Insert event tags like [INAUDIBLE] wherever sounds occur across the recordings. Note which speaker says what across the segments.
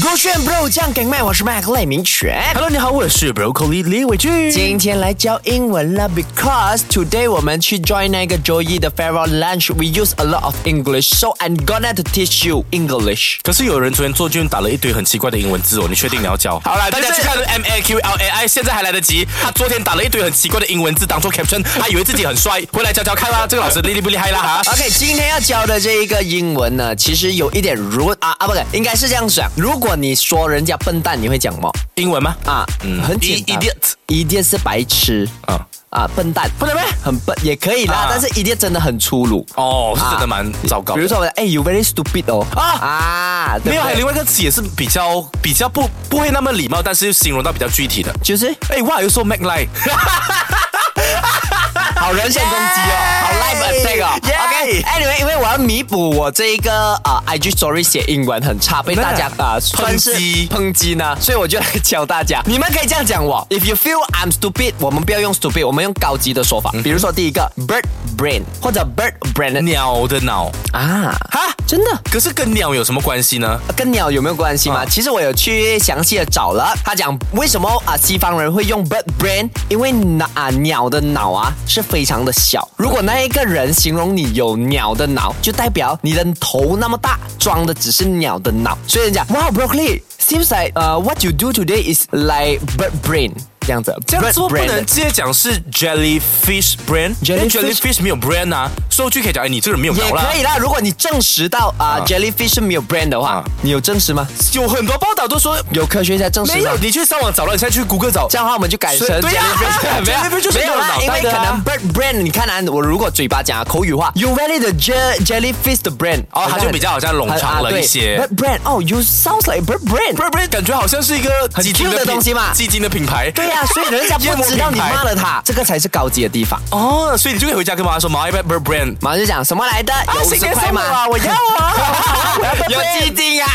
Speaker 1: 勾炫 bro 酱梗麦，我是麦克赖明全。
Speaker 2: Hello，你好，我是 Broccoli 李伟俊。
Speaker 1: 今天来教英文了，because today 我们去 join 那个 Joey 的 farewell lunch。We use a lot of English, so I'm gonna to teach you English。
Speaker 2: 可是有人昨天做卷打了一堆很奇怪的英文字哦，你确定你要教？好啦，大家去看 M A Q L A I，现在还来得及。他昨天打了一堆很奇怪的英文字当做 caption，他以为自己很帅，回来教教看啦。这个老师厉不厉害啦
Speaker 3: 啊
Speaker 2: 哈？
Speaker 1: OK，今天要教的这一个英文呢，其实有一点如啊啊，不对，应该是这样讲。如果你说人家笨蛋，你会讲什么
Speaker 2: 英文吗？
Speaker 1: 啊？嗯，很简单
Speaker 2: idiot
Speaker 1: 一定是白痴
Speaker 2: 啊
Speaker 1: 啊啊，笨蛋，不能呗，很笨也可以啦，
Speaker 2: 啊
Speaker 1: 但是一定真的很粗鲁。
Speaker 2: 哦，是真的蛮糟糕的。
Speaker 1: 比如说我们哎、y o u very stupid 哦啊啊，对不
Speaker 2: 没有，还
Speaker 1: 对
Speaker 2: 有另外一个词也是比较比较不不会那么礼貌，但是又形容到比较具体的。
Speaker 1: 就是
Speaker 2: 哎，哇，又说 make [LAUGHS] like，
Speaker 1: 好人身攻击哦，好 live attack 哦。
Speaker 2: Yay！
Speaker 1: OK，anyway，因为我要弥补我这一个呃 IG story 写英文很差，被大家啊算是
Speaker 2: 击
Speaker 1: 抨击呢， [LAUGHS] 所以我就来教大家，你们可以这样讲我，If you feel I'm stupid，我们不要用 stupid，我们用高级的说法，比如说第一个 bird brain 或者 bird brain
Speaker 2: 鸟的脑
Speaker 1: 啊，
Speaker 2: 哈。
Speaker 1: 真的。
Speaker 2: 可是跟鸟有什么关系呢？
Speaker 1: 跟鸟有没有关系
Speaker 2: 啊
Speaker 1: 吗？其实我有去详细的找了，他讲为什么啊西方人会用 bird brain，因为脑啊鸟的脑啊是非常的小。如果那一个人形容你有鸟的脑，就代表你的头那么大，装的只是鸟的脑。所以人家哇 broccoli seems like 呃、what you do today is like bird brain 这样子，
Speaker 2: 这样
Speaker 1: bird
Speaker 2: 做不
Speaker 1: brain
Speaker 2: 能直接讲是 jellyfish brain，因为
Speaker 1: Jellyfish-
Speaker 2: jellyfish 没有 brain 啊，所以我就可以讲，哎，你这个人没有
Speaker 1: 也
Speaker 2: 脑啦
Speaker 1: 可。以啦。如果你证实到啊、jellyfish 是没有 brain 的话，
Speaker 2: 啊
Speaker 1: 你有证实吗？
Speaker 2: 有很多报道都说
Speaker 1: 有科学家证实
Speaker 2: 没
Speaker 1: 到
Speaker 2: 有，。你去上网找了，你现在去谷歌找
Speaker 1: 这。样的话我们就改成
Speaker 2: 是对呀
Speaker 1: [LAUGHS] jellyfish 没有
Speaker 2: jellyfish 就是
Speaker 1: 没有
Speaker 2: 没有
Speaker 1: 啦，
Speaker 2: 脑
Speaker 1: 因
Speaker 2: 袋
Speaker 1: 为
Speaker 2: 的
Speaker 1: 可
Speaker 2: 啊
Speaker 1: 能 bird brain，你看啊，我如果嘴巴讲啊口语化，you ready the je- jellyfish the brain，
Speaker 2: 哦它就比较好像冗长
Speaker 1: 啊
Speaker 2: 了一些
Speaker 1: bird brain，哦，you sounds like bird brain。
Speaker 2: brain brain 感觉好像是一个
Speaker 1: 很
Speaker 2: 基金
Speaker 1: cute 的
Speaker 2: 品
Speaker 1: 东西嘛
Speaker 2: 基金的品牌。
Speaker 1: 对呀、所以人家
Speaker 2: 燕
Speaker 1: 不
Speaker 2: 窝
Speaker 1: 知道你
Speaker 2: 品牌
Speaker 1: 骂了他， [LAUGHS] 这个才是高级的地方。
Speaker 2: [LAUGHS] 哦，所以你就可以回家跟妈妈说，妈，要不要 bird brain？
Speaker 1: 马上就讲什么来的？有五
Speaker 2: 谁
Speaker 1: 十
Speaker 2: 给
Speaker 1: 块
Speaker 2: 送
Speaker 1: 吗
Speaker 2: 我啊？我 [LAUGHS] 要啊！我要 bird
Speaker 1: 有
Speaker 2: brain
Speaker 1: 基金啊！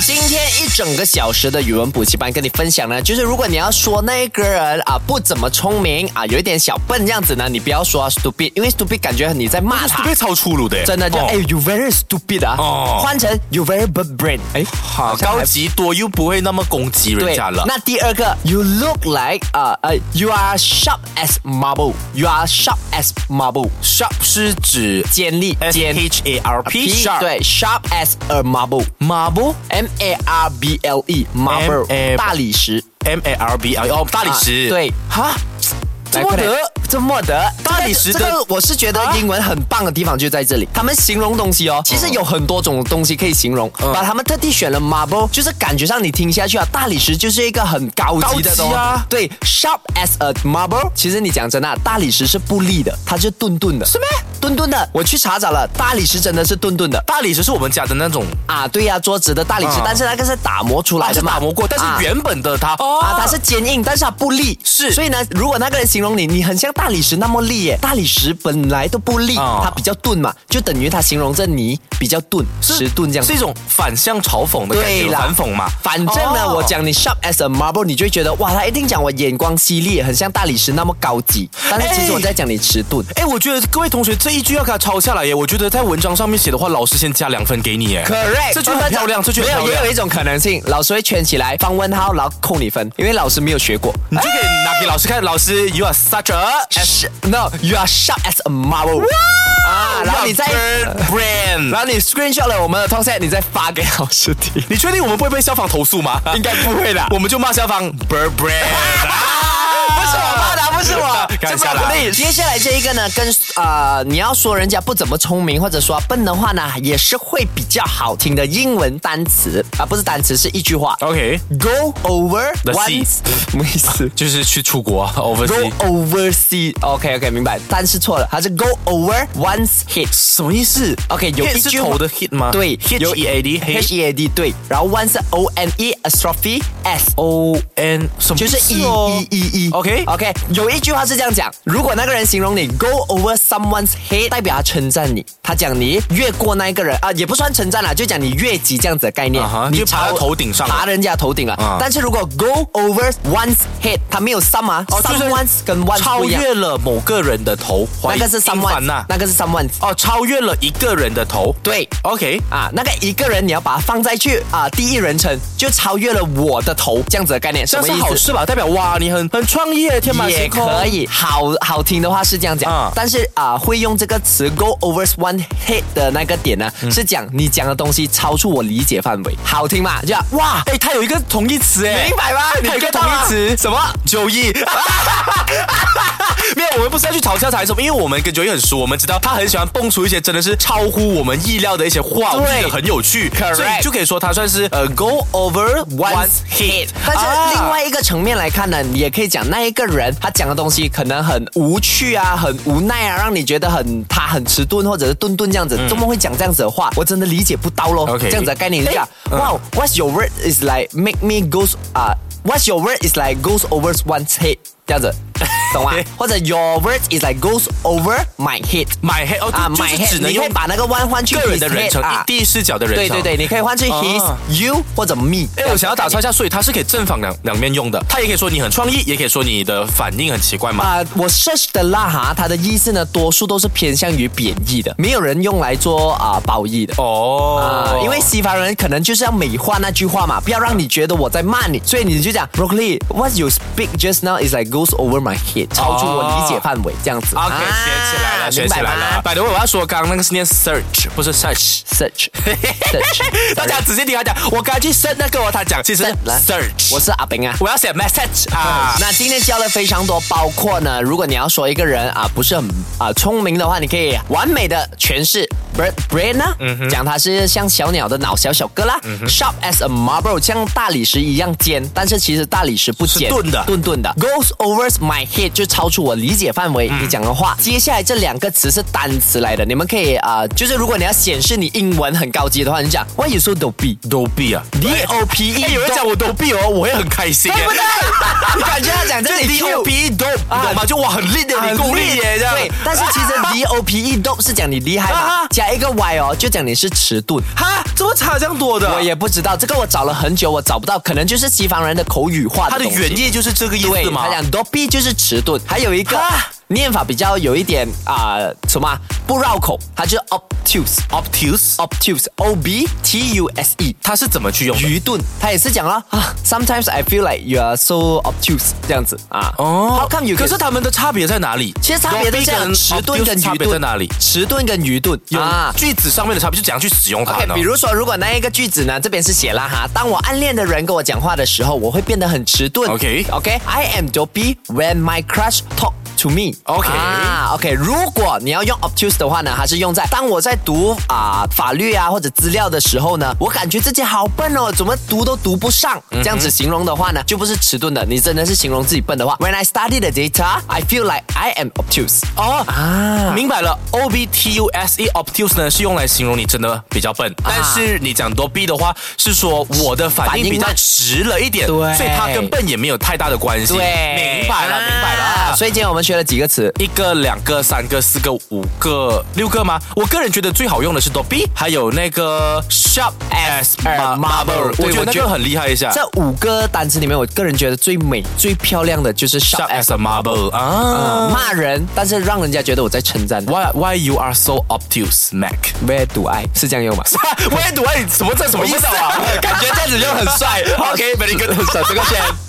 Speaker 1: 今天一整个小时的语文补习班跟你分享呢，就是如果你要说那个人啊不怎么聪明啊，有一点小笨这样子呢，你不要说啊 stupid，因为 stupid 感觉你在骂他
Speaker 2: 特。别超粗鲁的耶，
Speaker 1: 真的就
Speaker 2: 哦
Speaker 1: 哎、y o u very stupid 啊，
Speaker 2: 哦
Speaker 1: 换成 you very bad brain，哎，
Speaker 2: 好
Speaker 1: 像还
Speaker 2: 高级多又不会那么攻击人
Speaker 1: 对
Speaker 2: 家了。
Speaker 1: 那第二个，you look like 啊、呃 you are sharp as marble，you are sharp as marble，
Speaker 2: sharp 是指
Speaker 1: 尖利
Speaker 2: S
Speaker 1: 尖
Speaker 2: H A R P sharp
Speaker 1: 对，sharp as a marble，M
Speaker 2: marble
Speaker 1: A R B L E, E，marble，
Speaker 2: M-A-
Speaker 1: 大理石，
Speaker 2: M A R B I 哦大理石
Speaker 1: 啊对
Speaker 2: 哈，这
Speaker 1: 来
Speaker 2: 么
Speaker 1: 快点
Speaker 2: 的
Speaker 1: 这么的，
Speaker 2: 大理石的
Speaker 1: 这个我是觉得英文很棒的地方就在这里，他们形容东西哦，其实有很多种东西可以形容，把他们特地选了 marble，就是感觉上你听下去啊，大理石就是一个很高级的
Speaker 2: 高级
Speaker 1: 东西
Speaker 2: 啊
Speaker 1: 对，sharp as a marble，其实你讲真的啊，大理石是不利的，它是钝钝的，是吗？钝钝的，我去查找了，大理石真的是钝钝的。
Speaker 2: 大理石是我们家的那种
Speaker 1: 啊，对呀、桌子的大理石，
Speaker 2: 嗯
Speaker 1: 但是那个啊是打磨出来
Speaker 2: 它
Speaker 1: 的
Speaker 2: 是
Speaker 1: 嘛，
Speaker 2: 打磨过，但
Speaker 1: 啊
Speaker 2: 是原本的它
Speaker 1: 啊
Speaker 2: 啊，
Speaker 1: 它是坚硬，但是它不利。
Speaker 2: 是
Speaker 1: 所以呢，如果那个人形容你，你很像大理石那么利耶，大理石本来都不利，
Speaker 2: 哦
Speaker 1: 它比较钝嘛，就等于它形容这泥比较钝，石钝这样
Speaker 2: 是。一种反向嘲讽的感
Speaker 1: 对
Speaker 2: 觉，
Speaker 1: 啦
Speaker 2: 反讽嘛。
Speaker 1: 反正呢，
Speaker 2: 哦
Speaker 1: 我讲你 sharp as a marble，你就会觉得哇，他一定讲我眼光犀利，很像大理石那么高级。但是其实
Speaker 2: 哎
Speaker 1: 我在讲你迟钝。
Speaker 2: 哎，我觉得各位同学这一句要给它抄下来耶。我觉得在文章上面写的话，老师先加两分给你耶。
Speaker 1: Correct，
Speaker 2: 这句很哦漂亮，这句很
Speaker 1: 没
Speaker 2: 漂
Speaker 1: 有，也
Speaker 2: 亮
Speaker 1: 有，一种可能性，老师会圈起来放问号，然后扣你分，因为老师没有学过。
Speaker 2: 你就可以拿给老师看，老师 you are such a
Speaker 1: Sh- No, you are sharp as a marble。啊，然后你再，
Speaker 2: brand，
Speaker 1: 然后你 screenshot 了我们的 talk set，你再发给老师听。
Speaker 2: 啊你确定我们不会被消防投诉吗？
Speaker 1: 应该不会啦
Speaker 2: 我们就骂消防啊 bird 啊 [LAUGHS] brand。，
Speaker 1: 不是我骂的，不是我
Speaker 2: 开玩笑啦
Speaker 1: 这不对接下来这一个呢，跟呃，你要说人家不怎么聪明或者说笨的话呢，也是会比较好听的英文单词啊，不是单词，是一句话。
Speaker 2: OK，
Speaker 1: Go over
Speaker 2: The sea
Speaker 1: once，什么意思？
Speaker 2: 就是去出国啊 oversea，
Speaker 1: Go over sea。OK OK，明白，但是错了，它是 go over one's head。
Speaker 2: 什么意思
Speaker 1: OK，有一
Speaker 2: ？hit
Speaker 1: 句
Speaker 2: 是
Speaker 1: 话
Speaker 2: 头的 hit 吗？
Speaker 1: 对
Speaker 2: ，hit
Speaker 1: 有
Speaker 2: E A D
Speaker 1: H
Speaker 2: hit
Speaker 1: E A D 对，然后 one 是 O N E apostrophe S。
Speaker 2: O N 什么
Speaker 1: 就
Speaker 2: 意
Speaker 1: 是
Speaker 2: 思
Speaker 1: 一
Speaker 2: 哦？
Speaker 1: 一一一
Speaker 2: OK
Speaker 1: OK，有一句话是这样讲，如果那个人形容你 go over someone's head，代表他称赞你，他讲你越过那一个人啊，也不算称赞啦，就讲你越级这样子的概念
Speaker 2: 啊哈
Speaker 1: 你
Speaker 2: 就爬到
Speaker 1: 朝
Speaker 2: 头顶上了
Speaker 1: 爬人家头顶了。
Speaker 2: 啊
Speaker 1: 但是如果 go over one's head，他没有 some 啊、
Speaker 2: 哦就是
Speaker 1: someone's 跟 one
Speaker 2: 超
Speaker 1: 不一样，
Speaker 2: 越了某个人的头，
Speaker 1: 那个是
Speaker 2: 三
Speaker 1: someone，、
Speaker 2: 环呐。
Speaker 1: 那个是 someone。
Speaker 2: 哦，超越了一个人的头。
Speaker 1: 对
Speaker 2: ，OK，
Speaker 1: 啊，那个一个人你要把它放在去啊第一人称，就超越了我的头这样子的概念，
Speaker 2: 这样
Speaker 1: 什么
Speaker 2: 是
Speaker 1: 意
Speaker 2: 好
Speaker 1: 思？
Speaker 2: 事吧？代表哇，你很很创业，天马
Speaker 1: 也
Speaker 2: 行空。
Speaker 1: 可以，好好听的话是这样讲，
Speaker 2: 啊
Speaker 1: 但是啊、会用这个词 go over one head 的那个点呢，是讲你讲的东西超出我理解范围，好听嘛？就哇，
Speaker 2: 哎，它有一个同义词哎，
Speaker 1: 明白吗？
Speaker 2: 它有一个
Speaker 1: get
Speaker 2: 同
Speaker 1: 到吗
Speaker 2: 义词什么？九亿。 [LAUGHS] 没有，我们不是要去嘲笑他什么，因为我们跟九亿很熟，我们知道他很喜欢蹦出一些真的是超乎我们意料的一些话，我们
Speaker 1: 对
Speaker 2: 觉得很有趣
Speaker 1: Correct
Speaker 2: 所以就可以说他算是呃 go over
Speaker 1: One's
Speaker 2: one's head。。
Speaker 1: head 但
Speaker 2: 啊
Speaker 1: 是另外一个层面来看呢，你也可以讲那一个人他讲的东西可能很无趣啊，很无奈啊，让你觉得很他很迟钝或者是顿顿这样子，怎么会讲这样子的
Speaker 2: 嗯
Speaker 1: 话？我真的理解不到咯。
Speaker 2: OK
Speaker 1: 这样子的概念是这样。哇、w
Speaker 2: 嗯
Speaker 1: h a t s your word is like make me goes 啊、w h a t s your word is like goes over one's head 这样子，
Speaker 2: [LAUGHS]
Speaker 1: 懂吗？或者 Your word is like goes over my head。
Speaker 2: my head 哦，
Speaker 1: 啊
Speaker 2: 就
Speaker 1: ，my
Speaker 2: 就是
Speaker 1: head，
Speaker 2: 只能
Speaker 1: 你可
Speaker 2: 用
Speaker 1: 以把那个弯换去
Speaker 2: 个人的
Speaker 1: his
Speaker 2: 人
Speaker 1: head，
Speaker 2: 称，
Speaker 1: 啊
Speaker 2: 一第一视角的人称。
Speaker 1: 对对对，你可以换去 his、
Speaker 2: 啊
Speaker 1: you 或者 me
Speaker 2: 哎、
Speaker 1: 这样子的概念。
Speaker 2: 我想要打岔一下，所以它是可以正反两两面用的。它也可以说你很创意，也可以说你的反应很奇怪嘛。
Speaker 1: 啊、我 search 的啦哈，它的意思呢，多数都是偏向于贬义的，没有人用来做啊、褒义的。
Speaker 2: 哦、
Speaker 1: 啊、因为西方人可能就是要美化那句话嘛，不要让你觉得我在骂你，所以你就讲 broccoli，what you speak just now is like goes over my head，超出我理解范围，这样子。
Speaker 2: 哦
Speaker 1: 啊
Speaker 2: OK，、学起来了，学起来了。By the way，我要说刚刚那个是念 search，不是 search。
Speaker 1: Search，search，
Speaker 2: [LAUGHS]
Speaker 1: Search
Speaker 2: 大家仔细听他讲，我刚才去 search 那个哦，他讲其实
Speaker 1: Search 来
Speaker 2: search，
Speaker 1: 我哦
Speaker 2: 我
Speaker 1: 是阿bình 啊。
Speaker 2: 我要写 message 啊。
Speaker 1: 那今天教了非常多，包括呢，如果你要说一个人啊不是很啊聪明的话，你可以完美的诠释 bird brain 呢、
Speaker 2: 嗯
Speaker 1: 讲他是像小鸟的脑，小小哥啦、s h a r p as a marble，像大理石一样尖，但是其实大理石不
Speaker 2: 是
Speaker 1: 尖，
Speaker 2: 钝的
Speaker 1: 钝钝的。Goes over my head 就超出我理解范围，
Speaker 2: 嗯
Speaker 1: 你讲的话。接下来这两个词是单词来的，你们可以啊、就是如果你要显示你英文很高级的话，你讲 Why you
Speaker 2: [LAUGHS]
Speaker 1: so dopey？D
Speaker 2: 逗逼啊！
Speaker 1: O P E，
Speaker 2: 哎，有人讲我逗逼哦，我会很开心耶。
Speaker 1: 对不对？ [LAUGHS] 你感觉他讲这里
Speaker 2: D
Speaker 1: cute
Speaker 2: O B 逗，
Speaker 1: 啊
Speaker 2: 你懂吗？就哇，很厉的，你够厉耶，这样。
Speaker 1: 对，啊但是
Speaker 2: [LAUGHS]
Speaker 1: 其实 D O P E dope 是讲你厉害嘛
Speaker 2: 啊，
Speaker 1: 加一个 Y 哦，就讲你是迟钝。
Speaker 2: 哈，怎么差这样多的？
Speaker 1: 我也不知道，这个我找了很久，我找不到，可能就是西方人的口语化
Speaker 2: 它的
Speaker 1: 的东西
Speaker 2: 原意就是这个意
Speaker 1: 对
Speaker 2: 思，嘛
Speaker 1: 他。讲 dopey 就是迟钝，还有一个
Speaker 2: 啊
Speaker 1: 念法比较有一点啊、什么啊不绕口，它就是 obtuse。
Speaker 2: obtuse，
Speaker 1: obtuse o b t u s e
Speaker 2: 它哦是怎么去用的？
Speaker 1: 愚钝，他也是讲了啊，sometimes I feel like you are so obtuse 这样子啊。，How
Speaker 2: 哦
Speaker 1: come you？
Speaker 2: 可是他们的差别在哪里？
Speaker 1: 其实差别都是这样，迟钝跟
Speaker 2: obtuse 哦差
Speaker 1: 愚
Speaker 2: 别
Speaker 1: 钝
Speaker 2: 在哪里？
Speaker 1: 迟钝跟愚钝
Speaker 2: 有
Speaker 1: 啊。
Speaker 2: 句子上面的差别，就怎样去使用它
Speaker 1: OK，
Speaker 2: 呢
Speaker 1: 比？如说，如果那一个句子呢，这边是写啦哈，当我暗恋的人跟我讲话的时候，我会变得很迟钝。
Speaker 2: OK
Speaker 1: OK，I、am dopey when my crush talk to me。
Speaker 2: OK
Speaker 1: 啊，OK，如果你要用 obtuse 的话呢，还是用在当我在读啊、法律啊或者资料的时候呢，我感觉自己好笨哦，怎么读都读不上。
Speaker 2: 嗯
Speaker 1: 这样子形容的话呢，就不是迟钝的，你真的是形容自己笨的话。When I study the data, I feel like I am obtuse。
Speaker 2: 哦啊，明白了。O B T U S E obtuse 呢是用来形容你真的比较笨，但
Speaker 1: 啊
Speaker 2: 是你讲多 B 的话是说我的反
Speaker 1: 反
Speaker 2: 应
Speaker 1: 应
Speaker 2: 比较
Speaker 1: 慢
Speaker 2: 迟了一点，
Speaker 1: 对
Speaker 2: 所以它跟笨也没有太大的关系。
Speaker 1: 对，
Speaker 2: 明白了，
Speaker 1: 啊
Speaker 2: 明白了。
Speaker 1: 所以今天我们学了几个词。
Speaker 2: 一个、两个、三个、四个、五个、六个吗？我个人觉得最好用的是 d o b y 还有那个 Sharp as
Speaker 1: As marble
Speaker 2: Marble，
Speaker 1: 对
Speaker 2: 我觉得
Speaker 1: 我
Speaker 2: 那
Speaker 1: 觉
Speaker 2: 个很厉害一下。
Speaker 1: 这五个单词里面，我个人觉得最美、最漂亮的就是 sharp
Speaker 2: Sharp
Speaker 1: as
Speaker 2: as a Marble
Speaker 1: 啊
Speaker 2: 啊
Speaker 1: 骂人，但是让人家觉得我在称赞。
Speaker 2: ，Why Why you are so obtuse, Mac？
Speaker 1: Where do I 是这样
Speaker 2: [LAUGHS]
Speaker 1: 用吗？
Speaker 2: 啊 [LAUGHS]
Speaker 1: [LAUGHS]
Speaker 2: 我也读，哎，什么这什么意思啊？感觉这样子就很帅。OK，very good，手这个圈。